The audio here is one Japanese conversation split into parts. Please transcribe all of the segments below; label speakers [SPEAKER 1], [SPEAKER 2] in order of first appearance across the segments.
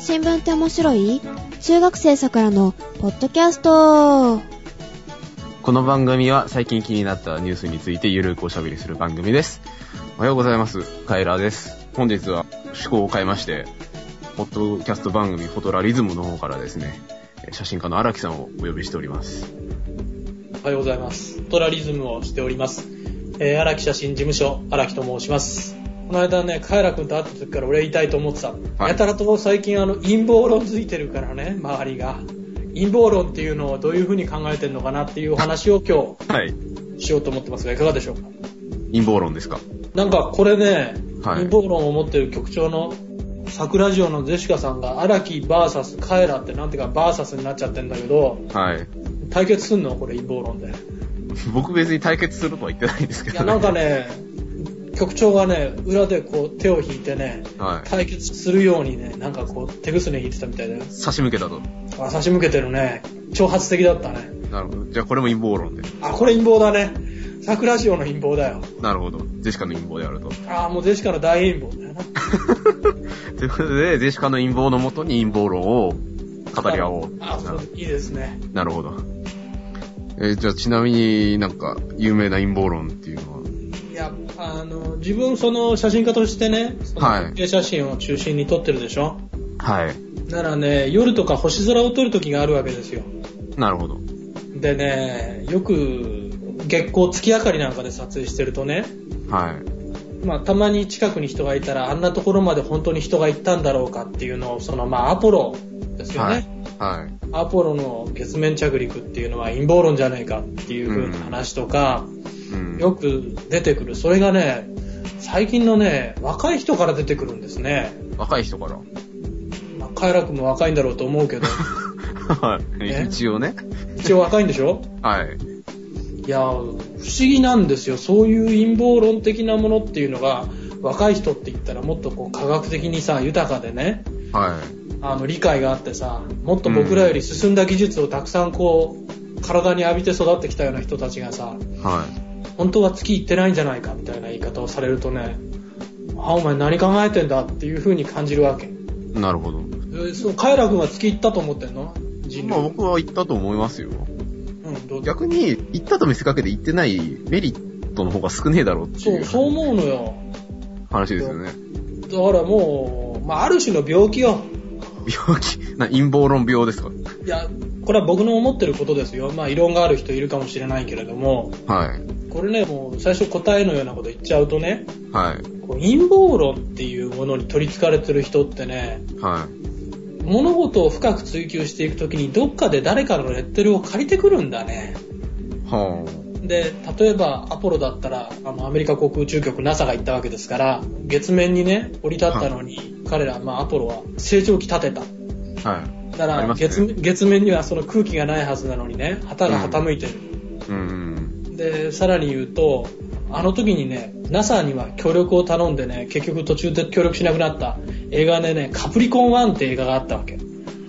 [SPEAKER 1] 新聞って面白い中学生さくらのポッドキャスト
[SPEAKER 2] この番組は最近気になったニュースについてゆるくおしゃべりする番組です。おはようございます。カエラです。本日は趣向を変えまして、ポッドキャスト番組フォトラリズムの方からですね、え写真家の荒木さんをお呼びしております。
[SPEAKER 3] おはようございます。トラリズムをしております。えー、荒木写真事務所、荒木と申します。この間ね、カエラ君と会った時から俺言いたいと思ってた。
[SPEAKER 2] い
[SPEAKER 3] やたらと最近あの陰謀論づいてるからね、周りが。陰謀論っていうのをどういう風に考えてるのかなっていうお話を今
[SPEAKER 2] はい。
[SPEAKER 3] 日しようと思ってますが、いかがでしょうか
[SPEAKER 2] 陰謀論ですか
[SPEAKER 3] なんかこれね、
[SPEAKER 2] はい
[SPEAKER 3] 陰謀論を持ってる局長の桜ジオのジェシカさんが荒木バーサスカエラってなんていうかバーサスになっちゃってんだけど、
[SPEAKER 2] はい。
[SPEAKER 3] 対決すんのこれ陰謀論で。
[SPEAKER 2] 僕別に対決するとは言ってないんですけ
[SPEAKER 3] い
[SPEAKER 2] ど、
[SPEAKER 3] や、なんか。ね、局長がね、裏でこう手を引いてね、
[SPEAKER 2] はい。
[SPEAKER 3] 対決するようにね、なんかこう手ぐすね引いてたみたいで、
[SPEAKER 2] 差し向けたと。
[SPEAKER 3] あ差し向けてるね、挑発的だったね。
[SPEAKER 2] なるほど。じゃあこれも陰謀論で。
[SPEAKER 3] あ、これ陰謀だね。桜ジオの陰謀だよ。
[SPEAKER 2] なるほど。ジェシカの陰謀であ ると。
[SPEAKER 3] あーもうジェシカの大陰謀だよな。
[SPEAKER 2] ということで、ジェシカの陰謀のもとに陰謀論を 語り合おう。
[SPEAKER 3] あ、そう、いいですね。
[SPEAKER 2] なるほど。えーじゃあちなみになんか有名な陰謀論っていうのは、
[SPEAKER 3] いや、あの、自分その写真家としてね、そ
[SPEAKER 2] はい
[SPEAKER 3] の風景写真を中心に撮ってるでしょ。
[SPEAKER 2] はい。
[SPEAKER 3] ならね、夜とか星空を撮る時があるわけですよ。
[SPEAKER 2] なるほど。
[SPEAKER 3] でね、よく月光月明かりなんかで撮影してるとね、
[SPEAKER 2] はい。
[SPEAKER 3] まあたまに近くに人がいたらあんなところまで本当に人が行ったんだろうかっていうのを、そのまあアポロですよ
[SPEAKER 2] は
[SPEAKER 3] ね。
[SPEAKER 2] い。はい。
[SPEAKER 3] アポロの月面着陸っていうのは陰謀論じゃないかっていう風な話とか、
[SPEAKER 2] うん。
[SPEAKER 3] よく出てくる。それがね、最近のね、若い人から出てくるんですね。
[SPEAKER 2] 若い人から。
[SPEAKER 3] まあ、カイラ君も若いんだろうと思 うけど、
[SPEAKER 2] はい。
[SPEAKER 3] え
[SPEAKER 2] 一応ね。
[SPEAKER 3] 一応若いんでしょ
[SPEAKER 2] はい。
[SPEAKER 3] いや、不思議なんですよ。そういう陰謀論的なものっていうのが、若い人って言ったらもっとこう科学的にさ、豊かでね、
[SPEAKER 2] は
[SPEAKER 3] あの理解があってさ、もっと僕らより進んだ技術をたくさんこう、体に浴びて育ってきたような人たちがさ、
[SPEAKER 2] い。はい。
[SPEAKER 3] 本当は月行ってないんじゃないかみたいな言い方をされるとね、あ、お前何考えてんだっていう風に感じるわけ。
[SPEAKER 2] なるほど。
[SPEAKER 3] えそう、カエラ君は月行ったと思ってんの人類。
[SPEAKER 2] まあ僕は行ったと思いますよ。
[SPEAKER 3] うん、どう
[SPEAKER 2] 逆に、行ったと見せかけて行ってないメリットの方が少ねえだろうって
[SPEAKER 3] そ、
[SPEAKER 2] いう
[SPEAKER 3] そう
[SPEAKER 2] う
[SPEAKER 3] 思うのよ。
[SPEAKER 2] 話ですよね。
[SPEAKER 3] だからもう、まあ、ある種の病気よ。
[SPEAKER 2] 病気、な、陰謀論病ですか
[SPEAKER 3] いや、これは僕の思ってることですよ。まあ、異論がある人いるかもしれないけれども、
[SPEAKER 2] はい。
[SPEAKER 3] これね、もう最初答えのようなこと言っちゃうとね、
[SPEAKER 2] はい。
[SPEAKER 3] こう陰謀論っていうものに取り憑かれてる人ってね、
[SPEAKER 2] はい。
[SPEAKER 3] 物事を深く追求していくときに、どっかで誰かのレッテルを借りてくるんだね。
[SPEAKER 2] は
[SPEAKER 3] で、例えばアポロだったら、あの、アメリカ航空宇宙局 NASA が行ったわけですから、月面にね、降り立ったのに、彼ら、まあ、アポロは成長期立てた。
[SPEAKER 2] あ。はい。
[SPEAKER 3] だか
[SPEAKER 2] あり
[SPEAKER 3] ら
[SPEAKER 2] ますね
[SPEAKER 3] 月,、月面にはその空気がないはずなのにね、旗が傾いてる。
[SPEAKER 2] うん。
[SPEAKER 3] で、さらに言うと、あの時にね、NASA には協力を頼んでね、結局途中で協力しなくなった映画でね、カプリコン1って映画があったわけ。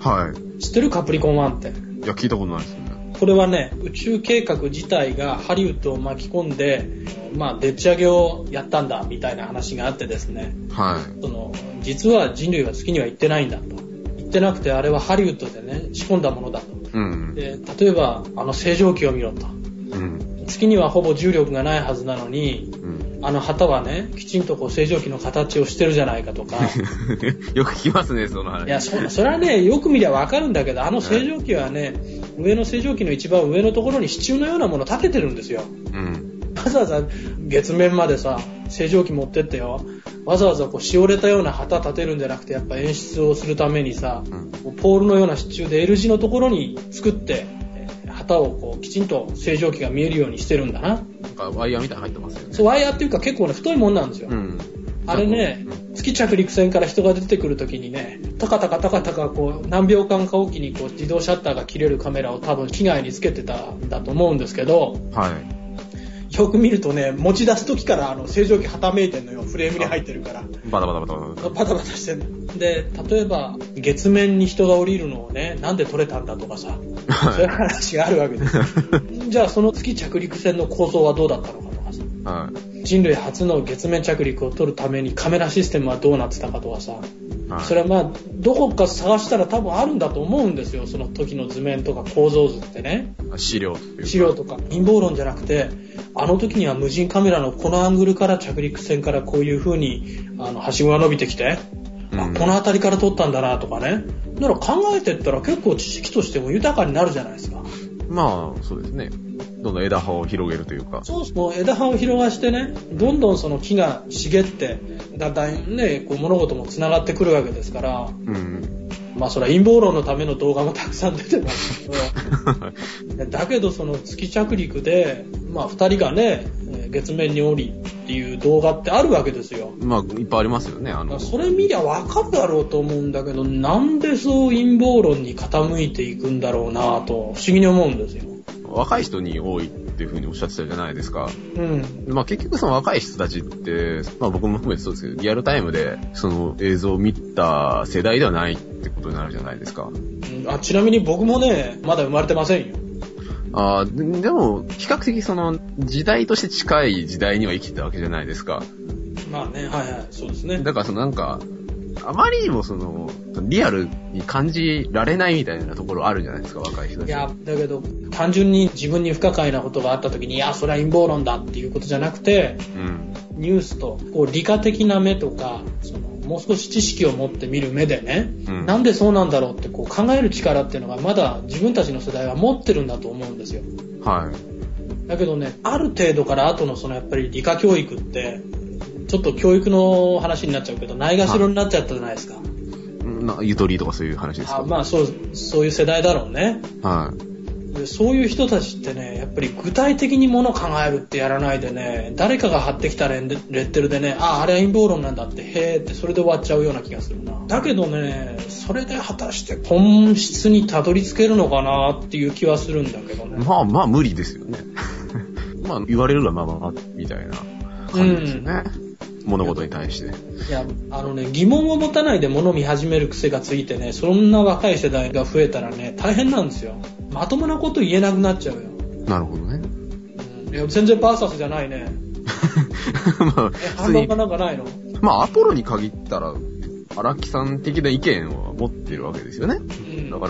[SPEAKER 2] はい。
[SPEAKER 3] 知ってるカプリコン1って。
[SPEAKER 2] いや、聞いたことないですね。
[SPEAKER 3] これはね、宇宙計画自体がハリウッドを巻き込んで、まあ、でっち上げをやったんだ、みたいな話があってですね、
[SPEAKER 2] はい。
[SPEAKER 3] その、実は人類は月には行ってないんだと。行ってなくて、あれはハリウッドでね、仕込んだものだと。
[SPEAKER 2] うん。
[SPEAKER 3] で例えばあの星条旗を見ろと
[SPEAKER 2] うん。
[SPEAKER 3] 月にはほぼ重力がないはずなのに
[SPEAKER 2] うん。
[SPEAKER 3] あの旗はねきちんとこう星条旗の形をしてるじゃないかとか
[SPEAKER 2] よく聞きますね、その話。
[SPEAKER 3] いやそそれはねよく見りゃわかるんだけどあの星条旗はね上の星条旗の一番上のところに支柱のようなものを立ててるんですよ
[SPEAKER 2] うん。
[SPEAKER 3] わざわざ月面までさ星条旗持ってってよわざわざこうしおれたような旗立てるんじゃなくてやっぱ演出をするためにさ、
[SPEAKER 2] うん
[SPEAKER 3] こうポールのような支柱で L 字のところに作って、えー旗をこうきちんと正常期が見えるようにしてるんだな。
[SPEAKER 2] なんか、ワイヤーみたいなの入ってますよね。
[SPEAKER 3] そう、ワイヤーっていうか結構ね、太いもんなんですよ。
[SPEAKER 2] ん。
[SPEAKER 3] あれね、月着陸船から人が出てくるときにね、タカタカタカタカこう、何秒間かおきにこう、自動シャッターが切れるカメラを多分機外につけてたんだと思うんですけど、
[SPEAKER 2] はい。
[SPEAKER 3] よく見るとね、持ち出すときからあの、正常期はためいてんのよ。フレームに入ってるから。
[SPEAKER 2] バタバタバタバタ。
[SPEAKER 3] バタバタしてんの。で、例えば、月面に人が降りるのをね、なんで撮れたんだとかさ、
[SPEAKER 2] はい
[SPEAKER 3] そういう話があるわけで すよ。じゃあ、その月着陸船の構想はどうだったのかとかさ、
[SPEAKER 2] は
[SPEAKER 3] 人類初の月面着陸を撮るためにカメラシステムはどうなってたかとかさ、
[SPEAKER 2] い。はい
[SPEAKER 3] それはまあ、どこか探したら多分あるんだと思うんですよ。その時の図面とか構造図ってね。
[SPEAKER 2] 資料というか。
[SPEAKER 3] 資料とか陰謀論じゃなくて、あの時には無人カメラのこのアングルから着陸船からこういう風に、あの、はしごが伸びてきて、あ
[SPEAKER 2] うん
[SPEAKER 3] この辺りから撮ったんだなとかね。なら考えてったら結構知識としても豊かになるじゃないですか。
[SPEAKER 2] まあ、そうですね。どんどん枝葉を広げるというか。
[SPEAKER 3] そうそう枝葉を広がしてね、どんどんその木が茂って、だんだんね、こう物事も繋がってくるわけですから、
[SPEAKER 2] うん。
[SPEAKER 3] まあそれは陰謀論のための動画もたくさん出てますけど、だけどその月着陸で、まあ二人がね、えー月面に降りっていう動画ってあるわけですよ。
[SPEAKER 2] まあ、いっぱいありますよね。あ
[SPEAKER 3] ま
[SPEAKER 2] の
[SPEAKER 3] あ、それ見りゃわかるだろうと思うんだけど、なんでそう陰謀論に傾いていくんだろうなぁと、不思議に思うんですよ。
[SPEAKER 2] 若い人に多いっていうふうにおっしゃってたじゃないですか。
[SPEAKER 3] うん。
[SPEAKER 2] まあ結局その若い人たちって、まあ僕も含めてそうですけど、リアルタイムでその映像を見た世代ではないってことになるじゃないですか。
[SPEAKER 3] あ、ちなみに僕もね、まだ生まれてませんよ。
[SPEAKER 2] ああ、ででも比較的その時代として近い時代には生きてたわけじゃないですか。
[SPEAKER 3] まあね、はいはい、そうですね。
[SPEAKER 2] だからそのなんか、あまりにもその、リアルに感じられないみたいなところあるじゃないですか、若い人た
[SPEAKER 3] い
[SPEAKER 2] ち。
[SPEAKER 3] や、だけど、単純に自分に不可解なことがあった時に、いや、それは陰謀論だっていうことじゃなくて、
[SPEAKER 2] うん。
[SPEAKER 3] ニュースと、こう、理科的な目とか、その、もう少し知識を持って見る目でね、
[SPEAKER 2] うん
[SPEAKER 3] なんでそうなんだろうって、こう、考える力っていうのが、まだ自分たちの世代は持ってるんだと思うんですよ。
[SPEAKER 2] はい。
[SPEAKER 3] だけどね、ある程度から後のそのやっぱり理科教育って、ちょっと教育の話になっちゃうけど、ないがしろになっちゃったじゃないですか。
[SPEAKER 2] なゆとりとかそういう話です
[SPEAKER 3] あ
[SPEAKER 2] か。
[SPEAKER 3] まあそう、そういう世代だろうね。
[SPEAKER 2] はい。
[SPEAKER 3] でそういう人たちってね、やっぱり具体的にものを考えるってやらないでね、誰かが貼ってきたレンレッテルでね、ああ、あれは陰謀論なんだって、へーってそれで終わっちゃうような気がするな。だけどね、それで果たして本質にたどり着けるのかなっていう気はするんだけどね。
[SPEAKER 2] まあまあ無理ですよね。 まあ言われるがまあまあまあ、みたいな感じですよね。物事に対して。
[SPEAKER 3] いや、あのね、疑問を持たないで物を見始める癖がついてね、そんな若い世代が増えたらね、大変なんですよ。まともなこと言えなくなっちゃうよ。
[SPEAKER 2] なるほど ね。
[SPEAKER 3] うんいや、全然バーサスじゃないね。
[SPEAKER 2] まあ、
[SPEAKER 3] え、
[SPEAKER 2] 普
[SPEAKER 3] 反
[SPEAKER 2] 通
[SPEAKER 3] 論
[SPEAKER 2] に
[SPEAKER 3] が、なんかないの
[SPEAKER 2] まあアポロに限ったら、荒木さん的な意見は持ってるわけですよね。
[SPEAKER 3] うん
[SPEAKER 2] だか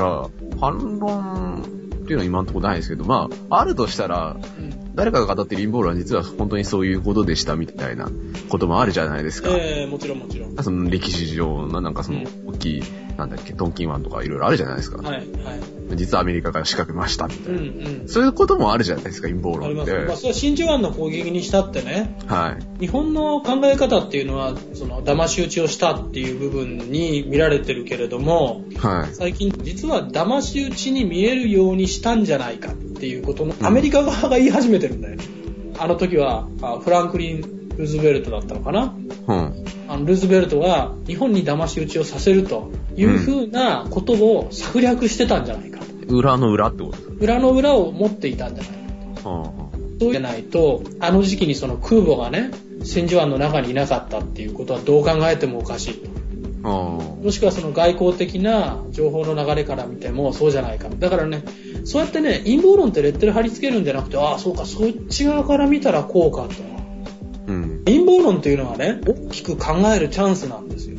[SPEAKER 2] ら、反論っていうのは今のところないですけど、まあ、あるとしたら、
[SPEAKER 3] うん
[SPEAKER 2] 誰かが語ってる陰謀論は実は本当にそういうことでしたみたいなこともあるじゃないですか。
[SPEAKER 3] ええもちろんもちろん。
[SPEAKER 2] その歴史上のなんかその大きい、なんだっけ、トンキン湾とかいろいろあるじゃないですか。
[SPEAKER 3] はい、はい。
[SPEAKER 2] 実はアメリカから仕掛けましたみた
[SPEAKER 3] う
[SPEAKER 2] い
[SPEAKER 3] ん、
[SPEAKER 2] な。
[SPEAKER 3] うん。
[SPEAKER 2] そういうこともあるじゃないですか、陰謀
[SPEAKER 3] あ
[SPEAKER 2] 論
[SPEAKER 3] り
[SPEAKER 2] っ
[SPEAKER 3] ます
[SPEAKER 2] て。
[SPEAKER 3] よ。まあ、それは真珠湾の攻撃にしたってね、
[SPEAKER 2] はい。
[SPEAKER 3] 日本の考え方っていうのは、その、騙し討ちをしたっていう部分に見られてるけれども、
[SPEAKER 2] はい。
[SPEAKER 3] 最近、実は騙し討ちに見えるようにしたんじゃないかっていうことの
[SPEAKER 2] う、ん
[SPEAKER 3] アメリカ側が言い始めてるんだよね。あの時は、あフランクリン・ルーズベルトだったのかな
[SPEAKER 2] うん。
[SPEAKER 3] あのルーズベルトが日本に騙し討ちをさせるというふうなことを策略してたんじゃないか。
[SPEAKER 2] 裏の裏ってことです
[SPEAKER 3] 裏の裏を持っていたんじゃないか。
[SPEAKER 2] か。うん
[SPEAKER 3] そうじゃないと、あの時期にその空母がね、真珠湾の中にいなかったっていうことはどう考えてもおかしいと。
[SPEAKER 2] うん。
[SPEAKER 3] もしくはその外交的な情報の流れから見てもそうじゃないか。だからね、そうやってね、陰謀論ってレッテル貼り付けるんじゃなくて、ああ、そうか、そっち側から見たらこうかと。
[SPEAKER 2] うん。
[SPEAKER 3] 陰謀論っていうのはね、大きく考えるチャンスなんですよ。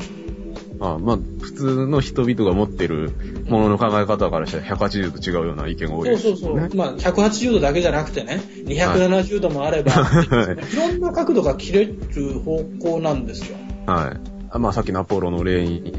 [SPEAKER 2] あまあ、普通の人々が持ってるものの考え方からしたら180度違うような意見が多い
[SPEAKER 3] そう
[SPEAKER 2] です
[SPEAKER 3] そ
[SPEAKER 2] よ
[SPEAKER 3] う
[SPEAKER 2] ね。
[SPEAKER 3] そう。まあ、180度だけじゃなくてね、270度もあれば、、
[SPEAKER 2] はい
[SPEAKER 3] ろんな角度が切れる方向なんですよ。
[SPEAKER 2] はい。あまあ、さっきのアポロの例に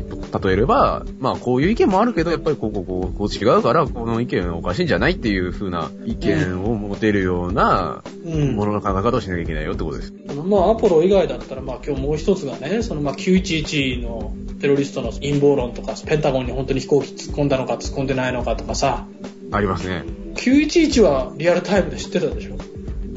[SPEAKER 2] 例えれば、まあ、こういう意見もあるけど、やっぱりこう、こう、こう、こう違うから、この意見はおかしいんじゃないっていう風な意見を持てるような
[SPEAKER 3] うん。
[SPEAKER 2] ものの考え方をしなきゃいけないよってことです。
[SPEAKER 3] あのまあ、アポロ以外だったら、まあ、今日もう一つがね、そのまあ911のテロリストの陰謀論とか、ペンタゴンに本当に飛行機突っ込んだのか突っ込んでないのかとかさ、
[SPEAKER 2] ありますね。
[SPEAKER 3] 911はリアルタイムで知ってたでしょ。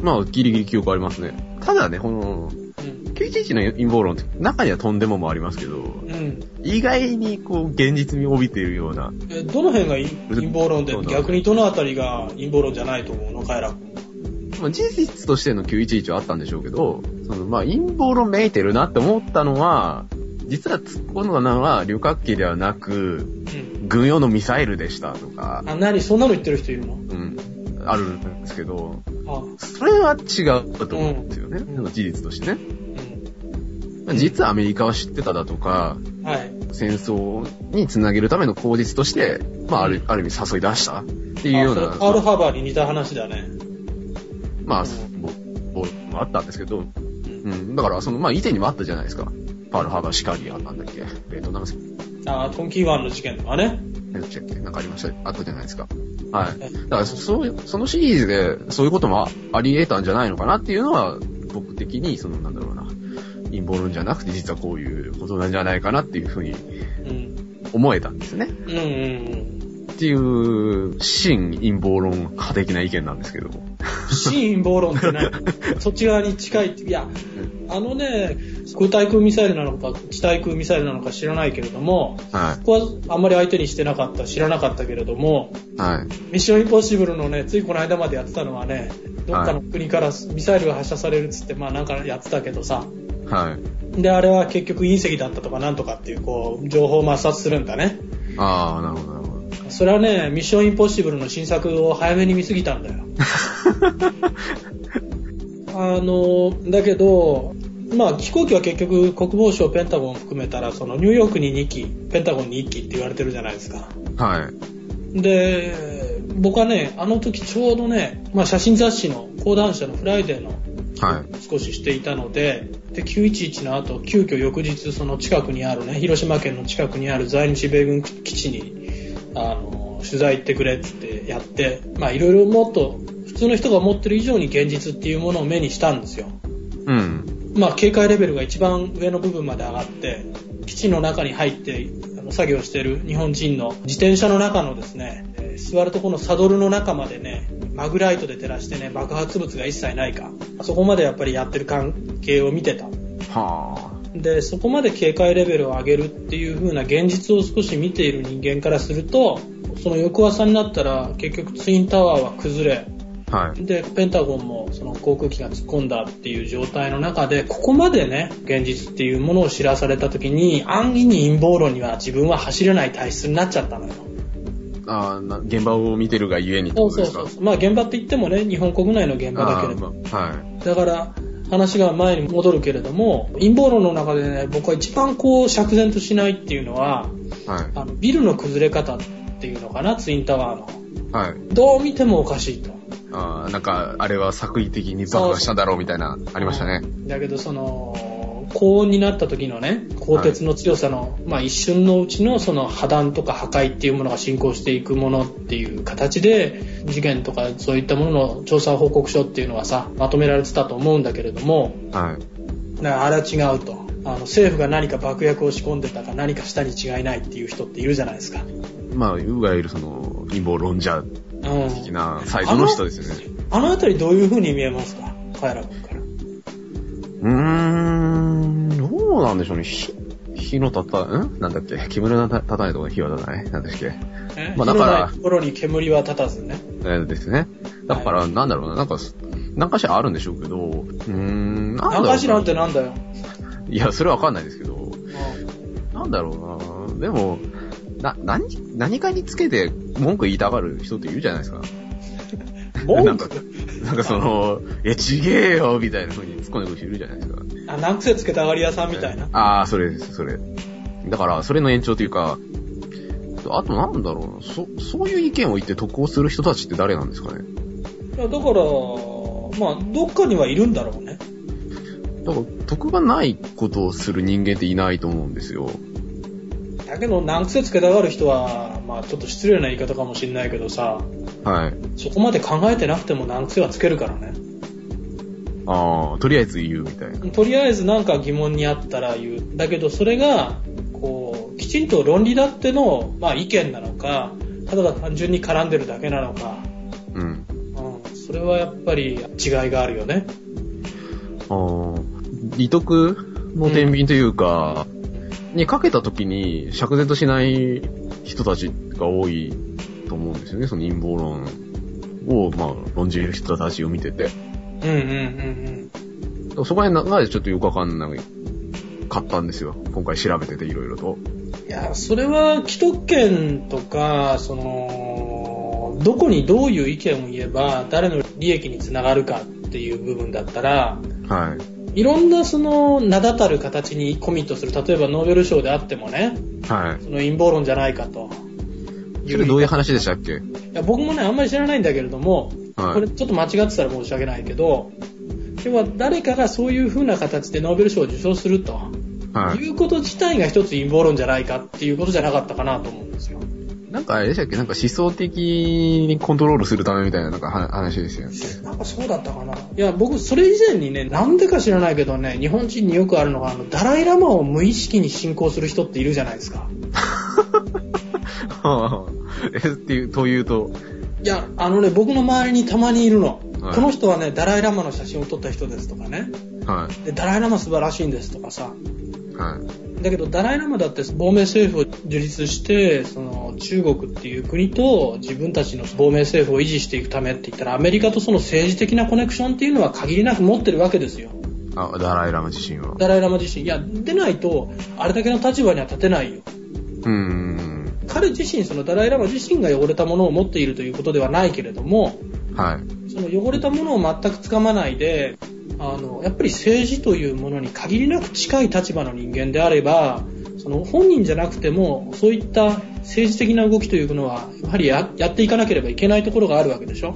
[SPEAKER 2] まあ、ギリギリ記憶ありますね。ただね、この、
[SPEAKER 3] うん。
[SPEAKER 2] 911の陰謀論って中にはとんでももありますけど、
[SPEAKER 3] うん。
[SPEAKER 2] 意外にこう、現実味を帯びているような、
[SPEAKER 3] え、どの辺が陰陰謀論で
[SPEAKER 2] そう、だ
[SPEAKER 3] 逆にどのあたりが陰謀論じゃないと思うのカエラ君。
[SPEAKER 2] まあ、事実としての911はあったんでしょうけど、そのまあ陰謀論めいてるなって思ったのは、実は突っ込んだのは旅客機ではなく、
[SPEAKER 3] うん。
[SPEAKER 2] 軍用のミサイルでしたとか、
[SPEAKER 3] あ、なに、そんなの言ってる人いる
[SPEAKER 2] う
[SPEAKER 3] の
[SPEAKER 2] ん、あるんですけど、
[SPEAKER 3] あ、
[SPEAKER 2] それは違うと思うんですよね。
[SPEAKER 3] うん
[SPEAKER 2] その事実としてね。
[SPEAKER 3] うん。
[SPEAKER 2] 実はアメリカは知ってただとか、
[SPEAKER 3] はい。
[SPEAKER 2] 戦争につなげるための口実として、まあ、あるある意味誘い出したっていうような、
[SPEAKER 3] あそれパールハーバーに似た話だね。
[SPEAKER 2] まあ、ぼぼもあったんですけど、うん、だから、その、まあ、以前にもあったじゃないですか。パールハーバーシカリアなんだっけベトナム戦
[SPEAKER 3] あトンキーワンの事件とかね。
[SPEAKER 2] なんだっけなんかありました、あったじゃないですか。はい。だから、そそういう、そのシリーズで、そういうこともああり得たんじゃないのかなっていうのは、僕的に、その、なんだろうな、陰謀論じゃなくて、実はこういうことなんじゃないかなっていうふうに
[SPEAKER 3] うん。
[SPEAKER 2] 思えたんですね。
[SPEAKER 3] うんうんうん。
[SPEAKER 2] っていう、真陰謀論派的な意見なんですけども。
[SPEAKER 3] 新陰謀論ってね、そっち側に近いって。いや、あのね、空対空ミサイルなのか、地対空ミサイルなのか知らないけれども、
[SPEAKER 2] は
[SPEAKER 3] ここはあんまり相手にしてなかった、知らなかったけれども、
[SPEAKER 2] い。はい。
[SPEAKER 3] ミッションインポッシブルのね、ついこの間までやってたのはね、どっかの国からミサイルが発射されるっつって、まあなんかやってたけどさ、
[SPEAKER 2] はい。
[SPEAKER 3] で、あれは結局隕石だったとかなんとかっていう、こう、情報摩擦するんだね。
[SPEAKER 2] ああ、なるほど、なるほど。
[SPEAKER 3] それはね、ミッションインポッシブルの新作を早めに見すぎたんだよ。あの、だけど、まあ飛行機は結局国防省、ペンタゴン含めたら、そのニューヨークに2機、ペンタゴンに1機って言われてるじゃないですか。
[SPEAKER 2] はい。
[SPEAKER 3] で、僕はね、あの時ちょうどね、まあ写真雑誌の講談社のフライデーの
[SPEAKER 2] はい。
[SPEAKER 3] 少ししていたので、で、911の後、急遽翌日、その近くにあるね、広島県の近くにある在日米軍基地に、あの、取材行ってくれっつってやって、まあいろいろもっと、普通の人が持ってる以上に現実っていうものを目にしたんですよ。
[SPEAKER 2] うん。
[SPEAKER 3] まあ警戒レベルが一番上の部分まで上がって、基地の中に入って、あの作業してる日本人の自転車の中のですね、えー座るとこのサドルの中までね、マグライトで照らしてね、爆発物が一切ないか、そこまでやっぱりやってる関係を見てた。
[SPEAKER 2] は
[SPEAKER 3] で、そこまで警戒レベルを上げるっていう風な現実を少し見ている人間からすると、その翌朝になったら結局ツインタワーは崩れ、
[SPEAKER 2] あ。はい。
[SPEAKER 3] で、ペンタゴンもその航空機が突っ込んだっていう状態の中で、ここまでね、現実っていうものを知らされた時に、安易に陰謀論には自分は走れない体質になっちゃったのよ。
[SPEAKER 2] ああ、な現場を見てるがゆえにって
[SPEAKER 3] そ
[SPEAKER 2] こ
[SPEAKER 3] う
[SPEAKER 2] と
[SPEAKER 3] そ
[SPEAKER 2] で
[SPEAKER 3] う
[SPEAKER 2] すか
[SPEAKER 3] そう。まあ現場って言ってもね、日本国内の現場だけれど。
[SPEAKER 2] あーまはい。
[SPEAKER 3] だから、話が前に戻るけれども、陰謀論の中でね、僕は一番こう釈然としないっていうのは、
[SPEAKER 2] は
[SPEAKER 3] あのビルの崩れ方っていうのかな、ツインタワーの。
[SPEAKER 2] い。はい。
[SPEAKER 3] どう見てもおかしいと。
[SPEAKER 2] ああ、なんか、あれは作為的に爆破したんだろうみたいな、ありましたね。
[SPEAKER 3] だけどその高温になった時のね鋼鉄の強さの、まあ、一瞬のうちのその破断とか破壊っていうものが進行していくものっていう形で事件とかそういったものの調査報告書っていうのはさまとめられてたと思うんだけれども
[SPEAKER 2] はい。
[SPEAKER 3] だからあれは違うとあの政府が何か爆薬を仕込んでたか何かしたに違いないっていう人っているじゃないですか。
[SPEAKER 2] まあ、いわゆるその、陰謀論者
[SPEAKER 3] うん
[SPEAKER 2] 的なサイズの人ですよね。
[SPEAKER 3] あの辺りどういう風に見えますかカエラ君から。
[SPEAKER 2] うーん、どうなんでしょうね。火、火のたた、んなんだっけ煙のたたたないところに火は立たないなんだっけ
[SPEAKER 3] え
[SPEAKER 2] まあだから
[SPEAKER 3] 火のないところに煙は立たずね。
[SPEAKER 2] えーですね。だから、なんだろうな、なんか、なんかしらあるんでしょうけど、うーん、なんだろう
[SPEAKER 3] 何かしらってなんだよ。
[SPEAKER 2] いや、それはわかんないですけど、
[SPEAKER 3] うん
[SPEAKER 2] なんだろうなでも、な、何、何かにつけて文句言いたがる人っているじゃないですか。なん
[SPEAKER 3] 文
[SPEAKER 2] か
[SPEAKER 3] 句、
[SPEAKER 2] なんかその、え、ちげえよみたいな風に突っ込んでくる人いるじゃないですか。
[SPEAKER 3] あ、何癖つけた上がり屋さんみたいな。
[SPEAKER 2] ああ、それです、それ。だから、それの延長というか、あとなんだろうな、そ、そういう意見を言って得をする人たちって誰なんですかね。
[SPEAKER 3] いやだから、まあ、どっかにはいるんだろうね。
[SPEAKER 2] だから、得がないことをする人間っていないと思うんですよ。
[SPEAKER 3] だけど、何癖つけたがる人は、まあ、ちょっと失礼な言い方かもしれないけどさ、
[SPEAKER 2] はい。
[SPEAKER 3] そこまで考えてなくても何癖はつけるからね。
[SPEAKER 2] ああ、とりあえず言うみたいな。
[SPEAKER 3] とりあえずなんか疑問にあったら言う。だけど、それが、こう、きちんと論理だっての、まあ、意見なのか、ただ単純に絡んでるだけなのか、
[SPEAKER 2] うん。
[SPEAKER 3] うん、それはやっぱり違いがあるよね。
[SPEAKER 2] ああ、利得の天秤というか、にかけた時に釈然としない人たちが多いと思うんですよね。その陰謀論を、まあ、論じる人たちを見てて。
[SPEAKER 3] うんうんうん
[SPEAKER 2] そこら辺がちょっとよくわかんないかったんですよ。今回調べてていろいろと。
[SPEAKER 3] いや、それは既得権とか、その、どこにどういう意見を言えば、誰の利益につながるかっていう部分だったら、
[SPEAKER 2] はい。
[SPEAKER 3] いろんなその名だたる形にコミットする、例えばノーベル賞であってもね、
[SPEAKER 2] はい。
[SPEAKER 3] その陰謀論じゃないかと。
[SPEAKER 2] それどういう話でしたっけ
[SPEAKER 3] いや僕もね、あんまり知らないんだけれども、
[SPEAKER 2] はい
[SPEAKER 3] これちょっと間違ってたら申し訳ないけど、要は誰かがそういう風な形でノーベル賞を受賞すると、、
[SPEAKER 2] はいい。
[SPEAKER 3] うこと自体が一つ陰謀論じゃないかっていうことじゃなかったかなと思うんですよ。
[SPEAKER 2] なんかあれでしたっけなんか思想的にコントロールするためみたいななんかは話ですよね。
[SPEAKER 3] なんかそうだったかな。いや、僕、それ以前にね、なんでか知らないけどね、日本人によくあるのが、あの、ダライラマを無意識に信仰する人っているじゃないですか。
[SPEAKER 2] はあえ、っていう、というと、
[SPEAKER 3] いや、あのね、僕の周りにたまにいるの。
[SPEAKER 2] はい
[SPEAKER 3] この人はね、ダライラマの写真を撮った人ですとかね、
[SPEAKER 2] は
[SPEAKER 3] でダライラマ素晴らしいんですとかさ、
[SPEAKER 2] い。はい。
[SPEAKER 3] だけどダライラマだって亡命政府を樹立してその中国っていう国と自分たちの亡命政府を維持していくためって言ったらアメリカとその政治的なコネクションっていうのは限りなく持ってるわけですよ
[SPEAKER 2] あ、ダライラマ自身は。
[SPEAKER 3] ダライラマ自身いやでないとあれだけの立場には立てないよ
[SPEAKER 2] うーん。
[SPEAKER 3] 彼自身そのダライラマ自身が汚れたものを持っているということではないけれども
[SPEAKER 2] はい。
[SPEAKER 3] その汚れたものを全くつかまないであのやっぱり政治というものに限りなく近い立場の人間であればその本人じゃなくてもそういった政治的な動きというのはやはりややっていかなければいけないところがあるわけでしょ、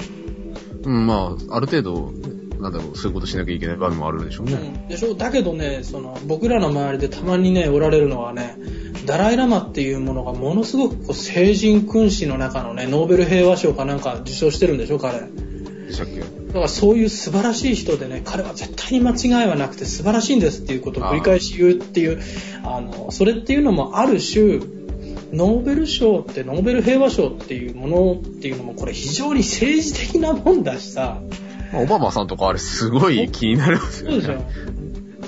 [SPEAKER 2] うん、まあ、ある程度、なんだろう、そういうことしなきゃいけない場面もあるんでしょう
[SPEAKER 3] う
[SPEAKER 2] ね。
[SPEAKER 3] ん、でしょだけどねその僕らの周りでたまにねおられるのはねダライ・ラマっていうものがものすごくこう聖人君子の中のねノーベル平和賞かなんか受賞してるんでしょ彼。
[SPEAKER 2] でしたっけ
[SPEAKER 3] だからそういう素晴らしい人でね、彼は絶対に間違いはなくて素晴らしいんですっていうことを繰り返し言うっていう、あの、それっていうのもある種、ノーベル賞って、ノーベル平和賞っていうものっていうのもこれ非常に政治的なもんだしさ、
[SPEAKER 2] まあオバマさんとかあれすごい気になりますよ
[SPEAKER 3] そうでしょ
[SPEAKER 2] ね。。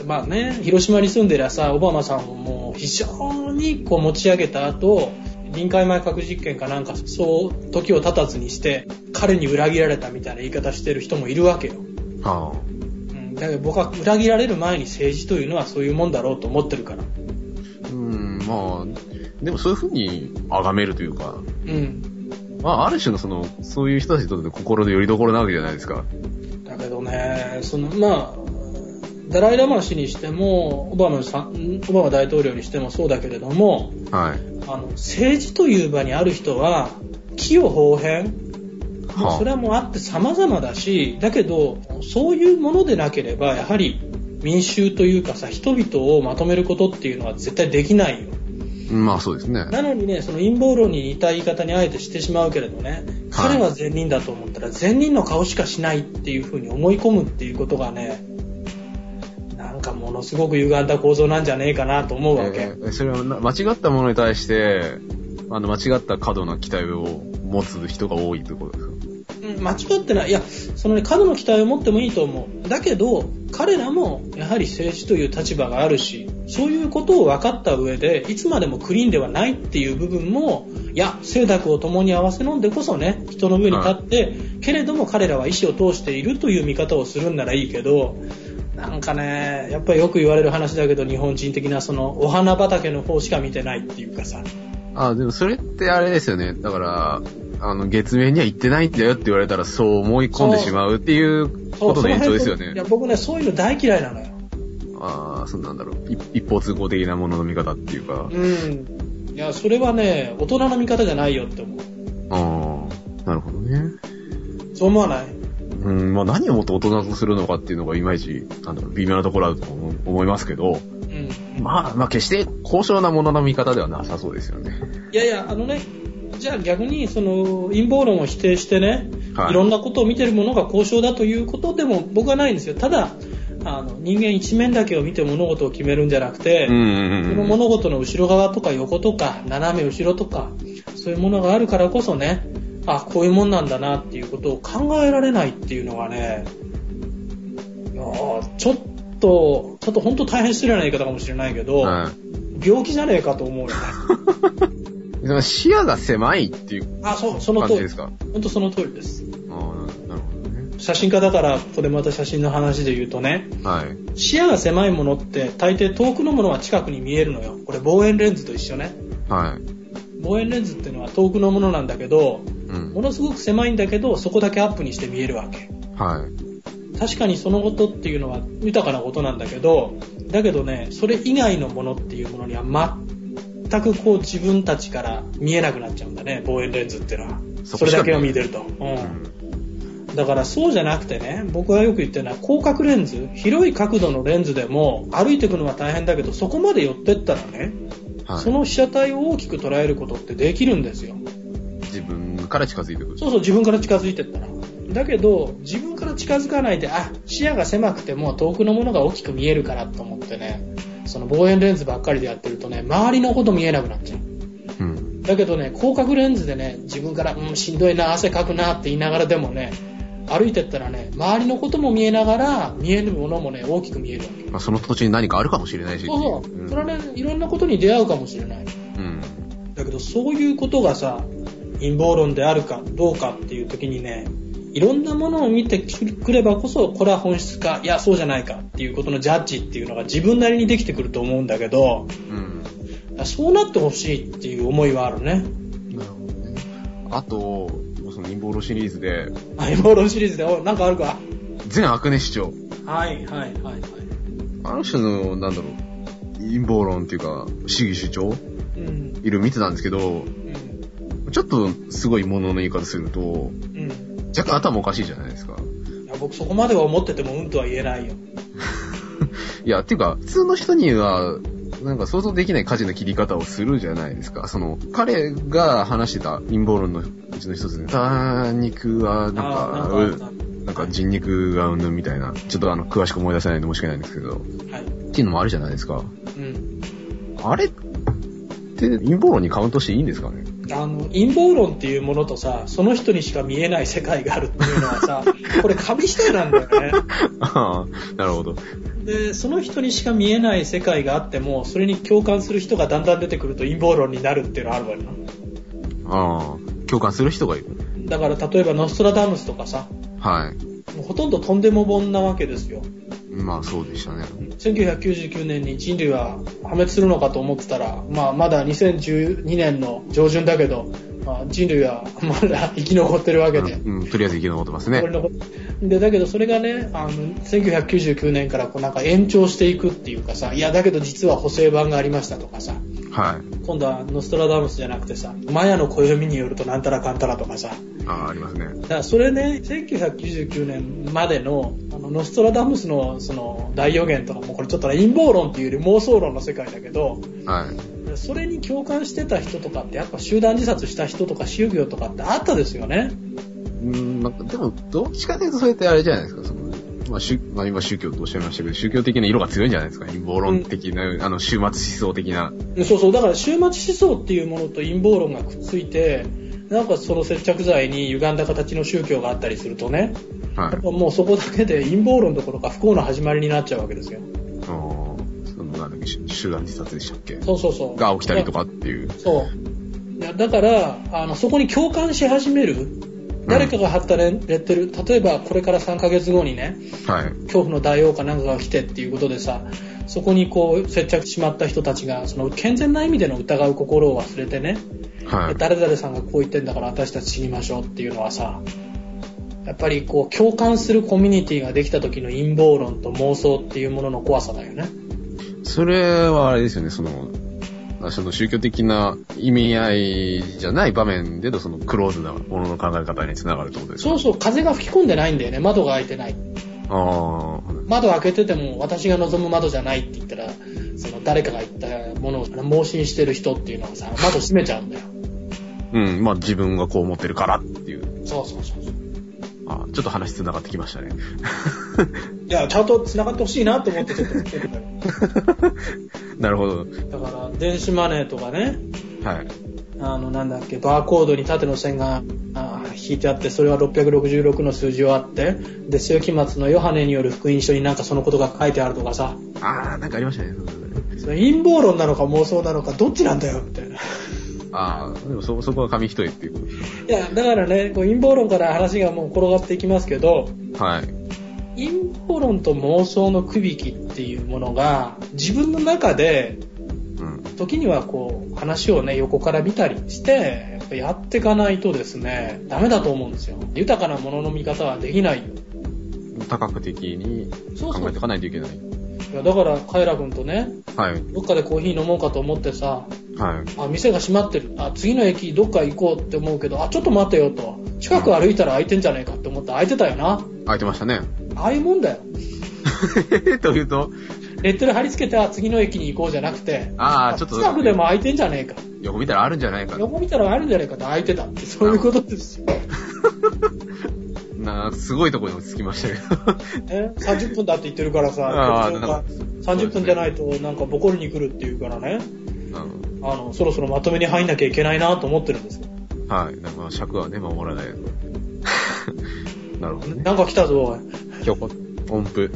[SPEAKER 3] まあね、広島に住んでりゃさ、オバマさんももう非常にこう持ち上げた後、臨界前核実験かなんかそう時を経たずにして、彼に裏切られたみたいな言い方してる人もいるわけよ。
[SPEAKER 2] は
[SPEAKER 3] うんだけど僕は裏切られる前に政治というのはそういうもんだろうと思ってるから。
[SPEAKER 2] あ、うん、まあ、でもそういうふうに崇めるというか、
[SPEAKER 3] うん。
[SPEAKER 2] まあ、ある種のその、そういう人たちにとって心の拠り所なわけじゃないですか。
[SPEAKER 3] だけどね、その、まあ、ダライ・ラマ氏にしても、オバマさん、オバマ大統領にしてもそうだけれども、
[SPEAKER 2] はい。
[SPEAKER 3] あの、政治という場にある人は、器用方変、
[SPEAKER 2] はあ
[SPEAKER 3] それはもうあって様々だし、だけど、そういうものでなければ、やはり民衆というかさ、人々をまとめることっていうのは絶対できないよ。
[SPEAKER 2] まあそうですね。
[SPEAKER 3] なのにね、その陰謀論に似た言い方にあえてしてしまうけれどね、
[SPEAKER 2] はい
[SPEAKER 3] 彼は善人だと思ったら善人の顔しかしないっていう風に思い込むっていうことがね、なんかものすごく歪んだ構造なんじゃねえかなと思うわけ。
[SPEAKER 2] えーそれはな間違ったものに対して、あの、間違った過度な期待を持つ人が多いということですよ。
[SPEAKER 3] うん、間違ってない。いや、そのね、過度の期待を持ってもいいと思う。だけど、彼らもやはり政治という立場があるし、そういうことを分かった上で、いつまでもクリーンではないっていう部分も、いや、清濁を共に合わせ飲んでこそね、人の上に立って、けれども彼らは意思を通しているという見方をするんならいいけど、なんかね、やっぱりよく言われる話だけど、日本人的なその、お花畑の方しか見てないっていうかさ。
[SPEAKER 2] あ、でもそれってあれですよね。だから、あの、月面には行ってないんだよって言われたら、そう思い込んでしまうっていう
[SPEAKER 3] そ
[SPEAKER 2] こ
[SPEAKER 3] う
[SPEAKER 2] との
[SPEAKER 3] その
[SPEAKER 2] 延長
[SPEAKER 3] 辺
[SPEAKER 2] ですよ
[SPEAKER 3] い
[SPEAKER 2] ね。
[SPEAKER 3] や、僕ね、そういうの大嫌いなのよ。
[SPEAKER 2] ああ、そうなんだろう。い一方通行的なものの見方っていうか。
[SPEAKER 3] うん。いや、それはね、大人の見方じゃないよって思う。
[SPEAKER 2] ああ、なるほどね。
[SPEAKER 3] そう思わない
[SPEAKER 2] うん、まあ何をもって大人とするのかっていうのがいまいち、なんだろう、微妙なところあると思う思いますけど、
[SPEAKER 3] うん。
[SPEAKER 2] まあ、まあ決して高尚なものの見方ではなさそうですよね。
[SPEAKER 3] いやいや、あのね、じゃあ逆に、その、陰謀論を否定してね、
[SPEAKER 2] はい
[SPEAKER 3] い、ろんなことを見てるものが交渉だということでも僕はないんですよ。ただ、あの、人間一面だけを見て物事を決めるんじゃなくて、
[SPEAKER 2] うんうん
[SPEAKER 3] その
[SPEAKER 2] うん。
[SPEAKER 3] 物事の後ろ側とか横とか斜め後ろとかそういうものがあるからこそねあこういうもんなんだなっていうことを考えられないっていうのがねいやーちょっとちょっと本当大変失礼な言い方かもしれないけど、
[SPEAKER 2] はい
[SPEAKER 3] 病気じゃねえかと思うよ ね
[SPEAKER 2] その視野が狭いっていう
[SPEAKER 3] あそうその
[SPEAKER 2] 感
[SPEAKER 3] 通
[SPEAKER 2] じ
[SPEAKER 3] り
[SPEAKER 2] ですか。あ
[SPEAKER 3] 本当その通りです
[SPEAKER 2] あ、なるほどね。
[SPEAKER 3] 写真家だからここでまた写真の話で言うとね
[SPEAKER 2] はい。
[SPEAKER 3] 視野が狭いものって大抵遠くのものは近くに見えるのよこれ望遠レンズと一緒ね
[SPEAKER 2] はい。
[SPEAKER 3] 望遠レンズっていうのは遠くのものなんだけど
[SPEAKER 2] うん
[SPEAKER 3] も。のすごく狭いんだけどそこだけアップにして見えるわけ
[SPEAKER 2] はい。
[SPEAKER 3] 確かにそのことっていうのは豊かなことなんだけど、だけどね、それ以外のものっていうものには全くこう自分たちから見えなくなっちゃうんだね、望遠レンズっていうのは。
[SPEAKER 2] そ
[SPEAKER 3] そ
[SPEAKER 2] こしか
[SPEAKER 3] れだけを見てると。
[SPEAKER 2] う
[SPEAKER 3] うん
[SPEAKER 2] ん
[SPEAKER 3] だからそうじゃなくてね、僕がよく言ってるのは広角レンズ、広い角度のレンズでも歩いていくのは大変だけど、そこまで寄ってったらね、
[SPEAKER 2] はい
[SPEAKER 3] その被写体を大きく捉えることってできるんですよ。
[SPEAKER 2] 自分から近づいてくる。
[SPEAKER 3] そうそう、自分から近づいてったら。だけど、自分から近づかないで、あ、視野が狭くても遠くのものが大きく見えるからと思ってね、その望遠レンズばっかりでやってるとね、周りのこと見えなくなっちゃう。
[SPEAKER 2] うん。
[SPEAKER 3] だけどね、広角レンズでね、自分から、うん、しんどいな、汗かくなって言いながらでもね、歩いてったらね、周りのことも見えながら、見えるものもね、大きく見えるわけ。
[SPEAKER 2] まあ、その土地に何かあるかもしれないし。
[SPEAKER 3] そう
[SPEAKER 2] って
[SPEAKER 3] そ、
[SPEAKER 2] いうん
[SPEAKER 3] それはね、いろんなことに出会うかもしれない。
[SPEAKER 2] うん。
[SPEAKER 3] だけど、そういうことがさ、陰謀論であるかどうかっていう時にね、いろんなものを見てくればこそ、これは本質か、いや、そうじゃないかっていうことのジャッジっていうのが自分なりにできてくると思うんだけど、
[SPEAKER 2] うん。
[SPEAKER 3] そうなってほしいっていう思いはあるね。
[SPEAKER 2] なるほどね。あと、その陰謀論シリーズで、
[SPEAKER 3] あ陰謀論シリーズで、おいなんかあるか
[SPEAKER 2] 全アクネ市長。
[SPEAKER 3] はいはいはいはい。
[SPEAKER 2] あの人の、なんだろう、陰謀論っていうか、市議主張
[SPEAKER 3] うん。
[SPEAKER 2] いろいろ見てたんですけど、
[SPEAKER 3] うん。
[SPEAKER 2] ちょっとすごいものの言い方すると、
[SPEAKER 3] うん。
[SPEAKER 2] 若干頭おかしいじゃないですか。
[SPEAKER 3] いや僕そこまでは思っててもうんとは言えないよ。
[SPEAKER 2] いや、っていうか、普通の人には、なんか想像できない舵の切り方をするじゃないですか。その、彼が話してた陰謀論のうちの一つで、豚肉は、なん
[SPEAKER 3] あ
[SPEAKER 2] か、
[SPEAKER 3] ーなんかあ
[SPEAKER 2] う
[SPEAKER 3] っ
[SPEAKER 2] んなんか人肉がうんぬんみたいな、ちょっとあの、詳しく思い出せないんで申し訳ないんですけど、った
[SPEAKER 3] はい。
[SPEAKER 2] ていうのもあるじゃないですか。
[SPEAKER 3] うん。
[SPEAKER 2] あれって陰謀論にカウントしていいんですかね
[SPEAKER 3] あの、陰謀論っていうものとさ、その人にしか見えない世界があるっていうのはさ、これ紙一重なんだよね。
[SPEAKER 2] ああ、 なるほど。
[SPEAKER 3] で、その人にしか見えない世界があっても、それに共感する人がだんだん出てくると陰謀論になるっていうのはあるわよな。
[SPEAKER 2] ああ、共感する人がいる。
[SPEAKER 3] だから例えばノストラダムスとかさ、
[SPEAKER 2] はい。
[SPEAKER 3] もうほとんどとんでも本なわけですよ。
[SPEAKER 2] まあそうでしたね。
[SPEAKER 3] 1999年に人類は破滅するのかと思ってたら、まあ、まだ2012年の上旬だけど、まあ、人類はまだ生き残ってるわけで。
[SPEAKER 2] うん、うんとりあえず生き残ってますね
[SPEAKER 3] これ。のでだけどそれがねあの1999年からこうなんか延長していくっていうかさいやだけど実は補正版がありましたとかさ
[SPEAKER 2] はい。
[SPEAKER 3] 今度はノストラダムスじゃなくてさマヤの暦によるとなんたらかんたらとかさ
[SPEAKER 2] ああ、ありますね。
[SPEAKER 3] だからそれね、1999年までのあのノストラダムスのその大予言とかもこれちょっとね陰謀論っていうより妄想論の世界だけど、
[SPEAKER 2] はい。
[SPEAKER 3] それに共感してた人とかってやっぱ集団自殺した人とか宗教とかってあったですよね。
[SPEAKER 2] うん、なんかでも、どっちかというと、それってあれじゃないですか、その、まあ、宗まあ、今宗教とおっしゃいましたけど、宗教的な色が強いんじゃないですか、陰謀論的な、あの、終末思想的な。
[SPEAKER 3] そうそう、だから終末思想っていうものと陰謀論がくっついて、なんかその接着剤に歪んだ形の宗教があったりするとね、や
[SPEAKER 2] はい
[SPEAKER 3] っ。ぱもうそこだけで陰謀論どころか不幸の始まりになっちゃうわけですよ。
[SPEAKER 2] あのその、なんだっけ、集集団自殺でしたっけ
[SPEAKER 3] そうそうそう。
[SPEAKER 2] が起きたりとかっていう。
[SPEAKER 3] そう。いやだからあの、そこに共感し始める。誰かが貼ったレンレッテル、例えばこれから3ヶ月後にね、
[SPEAKER 2] はい。
[SPEAKER 3] 恐怖の大王かなんかが来てっていうことでさ、そこにこう接着してしまった人たちが、その健全な意味での疑う心を忘れてね、
[SPEAKER 2] はい。
[SPEAKER 3] 誰々さんがこう言ってんだから私たち死にましょうっていうのはさ、やっぱりこう共感するコミュニティができた時の陰謀論と妄想っていうものの怖さだよね。
[SPEAKER 2] それはあれですよね、その、まあその宗教的な意味合いじゃない場面でのそのクローズなものの考え方につながるってことですか
[SPEAKER 3] そうそう、風が吹き込んでないんだよね。窓が開いてない。
[SPEAKER 2] あ
[SPEAKER 3] 窓開けてても私が望む窓じゃないって言ったらその誰かが言ったものを盲信してる人っていうのはさ窓閉めちゃうんだよ
[SPEAKER 2] あ、うん、まあ自分がこう思ってるからっていう。
[SPEAKER 3] そうそうそうそう
[SPEAKER 2] あちょっと話つながってきましたね。
[SPEAKER 3] いやちゃんと繋がってほしいなと思ってちょっと作ってるんだよ
[SPEAKER 2] なるほど。
[SPEAKER 3] だから電子マネーとかね
[SPEAKER 2] はい。
[SPEAKER 3] あのなんだっけバーコードに縦の線があー引いてあってそれは666の数字をあってで世紀末のヨハネによる福音書になんかそのことが書いてあるとかさ
[SPEAKER 2] あー、なんかありましたね。
[SPEAKER 3] それ陰謀論なのか妄想なのかどっちなんだよみたいな
[SPEAKER 2] あー、でもそ、そこは紙一重っていうこ
[SPEAKER 3] いやだからねこう陰謀論から話がもう転がっていきますけど
[SPEAKER 2] とはい。
[SPEAKER 3] 陰謀論と妄想の区引きっていうものが自分の中で
[SPEAKER 2] うん。
[SPEAKER 3] 時にはこう話をね横から見たりしてやっぱやっていかないとですねダメだと思うんですよ豊かなものの見方はできないよ
[SPEAKER 2] 多角的に
[SPEAKER 3] そうそ
[SPEAKER 2] 考え
[SPEAKER 3] う
[SPEAKER 2] ていかないといけない。
[SPEAKER 3] いやだからカイラ君とね
[SPEAKER 2] はい。
[SPEAKER 3] どっかでコーヒー飲もうかと思ってさ
[SPEAKER 2] はい。
[SPEAKER 3] あ店が閉まってるあ次の駅どっか行こうって思うけどあちょっと待てよと近く歩いたら空いてんじゃねえかって思って空いてたよな
[SPEAKER 2] 空いてましたね。
[SPEAKER 3] ああいうもんだよ
[SPEAKER 2] というと、
[SPEAKER 3] レッテル貼り付けてあ次の駅に行こうじゃなくて
[SPEAKER 2] ああ、ちょっと、
[SPEAKER 3] 近くでも空いてんじゃねえか
[SPEAKER 2] 横見たらあるんじゃないかな
[SPEAKER 3] 横見たらあるんじゃねえかって空いてたってそういうことですよ、ね、
[SPEAKER 2] な。すごいとこに落ち着きましたけど。
[SPEAKER 3] 30分だって言ってるからさ
[SPEAKER 2] あーなんか
[SPEAKER 3] 30分じゃないとなんかボコりに来るっていうからね
[SPEAKER 2] あ
[SPEAKER 3] あのそろそろまとめに入んなきゃいけないなと思ってるんですよ
[SPEAKER 2] のはい。なんか尺はね、守らない。 なるほどね。
[SPEAKER 3] なんか来たぞおい
[SPEAKER 2] ひょこ、音符。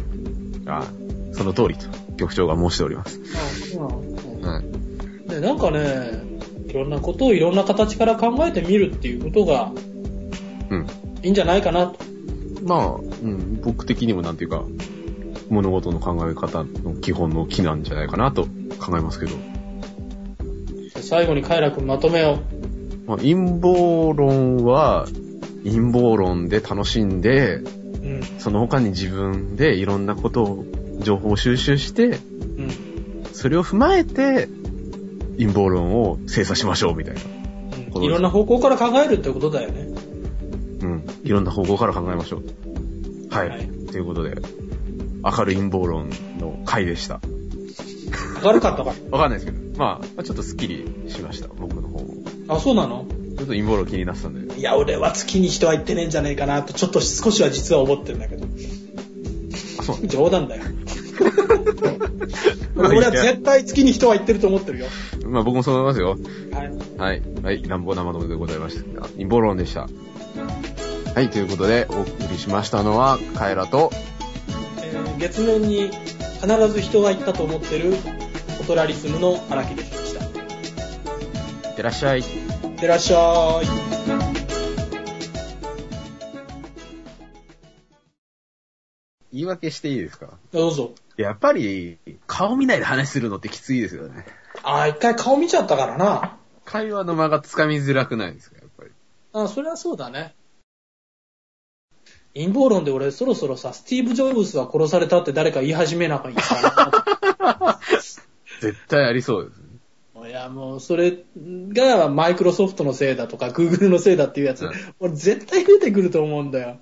[SPEAKER 2] あその通りと、局長が申しております。はい。
[SPEAKER 3] ね、なんかね、いろんなことをいろんな形から考えてみるっていうことが
[SPEAKER 2] うん。
[SPEAKER 3] いいんじゃないかなと。
[SPEAKER 2] まあ、うん、僕的にもなんていうか、物事の考え方の基本の木なんじゃないかなと考えますけど。
[SPEAKER 3] 最後にカイラ君まとめを。
[SPEAKER 2] まあ、陰謀論は、陰謀論で楽しんで、
[SPEAKER 3] うん、
[SPEAKER 2] その他に自分でいろんなことを、情報を収集して、
[SPEAKER 3] うん、
[SPEAKER 2] それを踏まえて、陰謀論を精査しましょうみたいな。
[SPEAKER 3] うん。いろんな方向から考えるってことだよね。
[SPEAKER 2] うん。いろんな方向から考えましょう。はい。
[SPEAKER 3] はい
[SPEAKER 2] ということで、明るい陰謀論の回でした。
[SPEAKER 3] 明るかったか
[SPEAKER 2] わかんないですけど、まあ、ちょっとスッキリしました、僕の方も。ち
[SPEAKER 3] ら。あ、そうなの
[SPEAKER 2] ょっと陰謀論気になってたんで。
[SPEAKER 3] いや、俺は月に人は行ってねえんじゃねえかなと、ちょっと少しは実は思ってるんだけど。
[SPEAKER 2] あ、そう。
[SPEAKER 3] 冗談だよ。
[SPEAKER 2] まあ
[SPEAKER 3] 俺は絶対月に人は行ってると思ってるよ。
[SPEAKER 2] まあ僕もそう思いますよ。
[SPEAKER 3] はい。
[SPEAKER 2] はい。はい。乱暴なまとめでございました。陰謀論でした。はい。ということで、お送りしましたのは、カエラと、
[SPEAKER 3] えー月面に必ず人が行ったと思ってる、オトラリズムの荒木でした。い
[SPEAKER 2] いってらっしゃい。
[SPEAKER 3] ってらっしゃーい。
[SPEAKER 2] 言い訳していいですか
[SPEAKER 3] どうぞ。
[SPEAKER 2] やっぱり、顔見ないで話するのってきついですよね。
[SPEAKER 3] ああ、一回顔見ちゃったからな。
[SPEAKER 2] 会話の間がつかみづらくないですかやっぱり。
[SPEAKER 3] あそれはそうだね。陰謀論で俺そろそろさ、スティーブ・ジョブズは殺されたって誰か言い始めなきゃいけ
[SPEAKER 2] 絶対ありそうですね。
[SPEAKER 3] ない。いや、もうそれがマイクロソフトのせいだとか、グーグルのせいだっていうやつ、
[SPEAKER 2] うん
[SPEAKER 3] 俺絶対出てくると思うんだよ。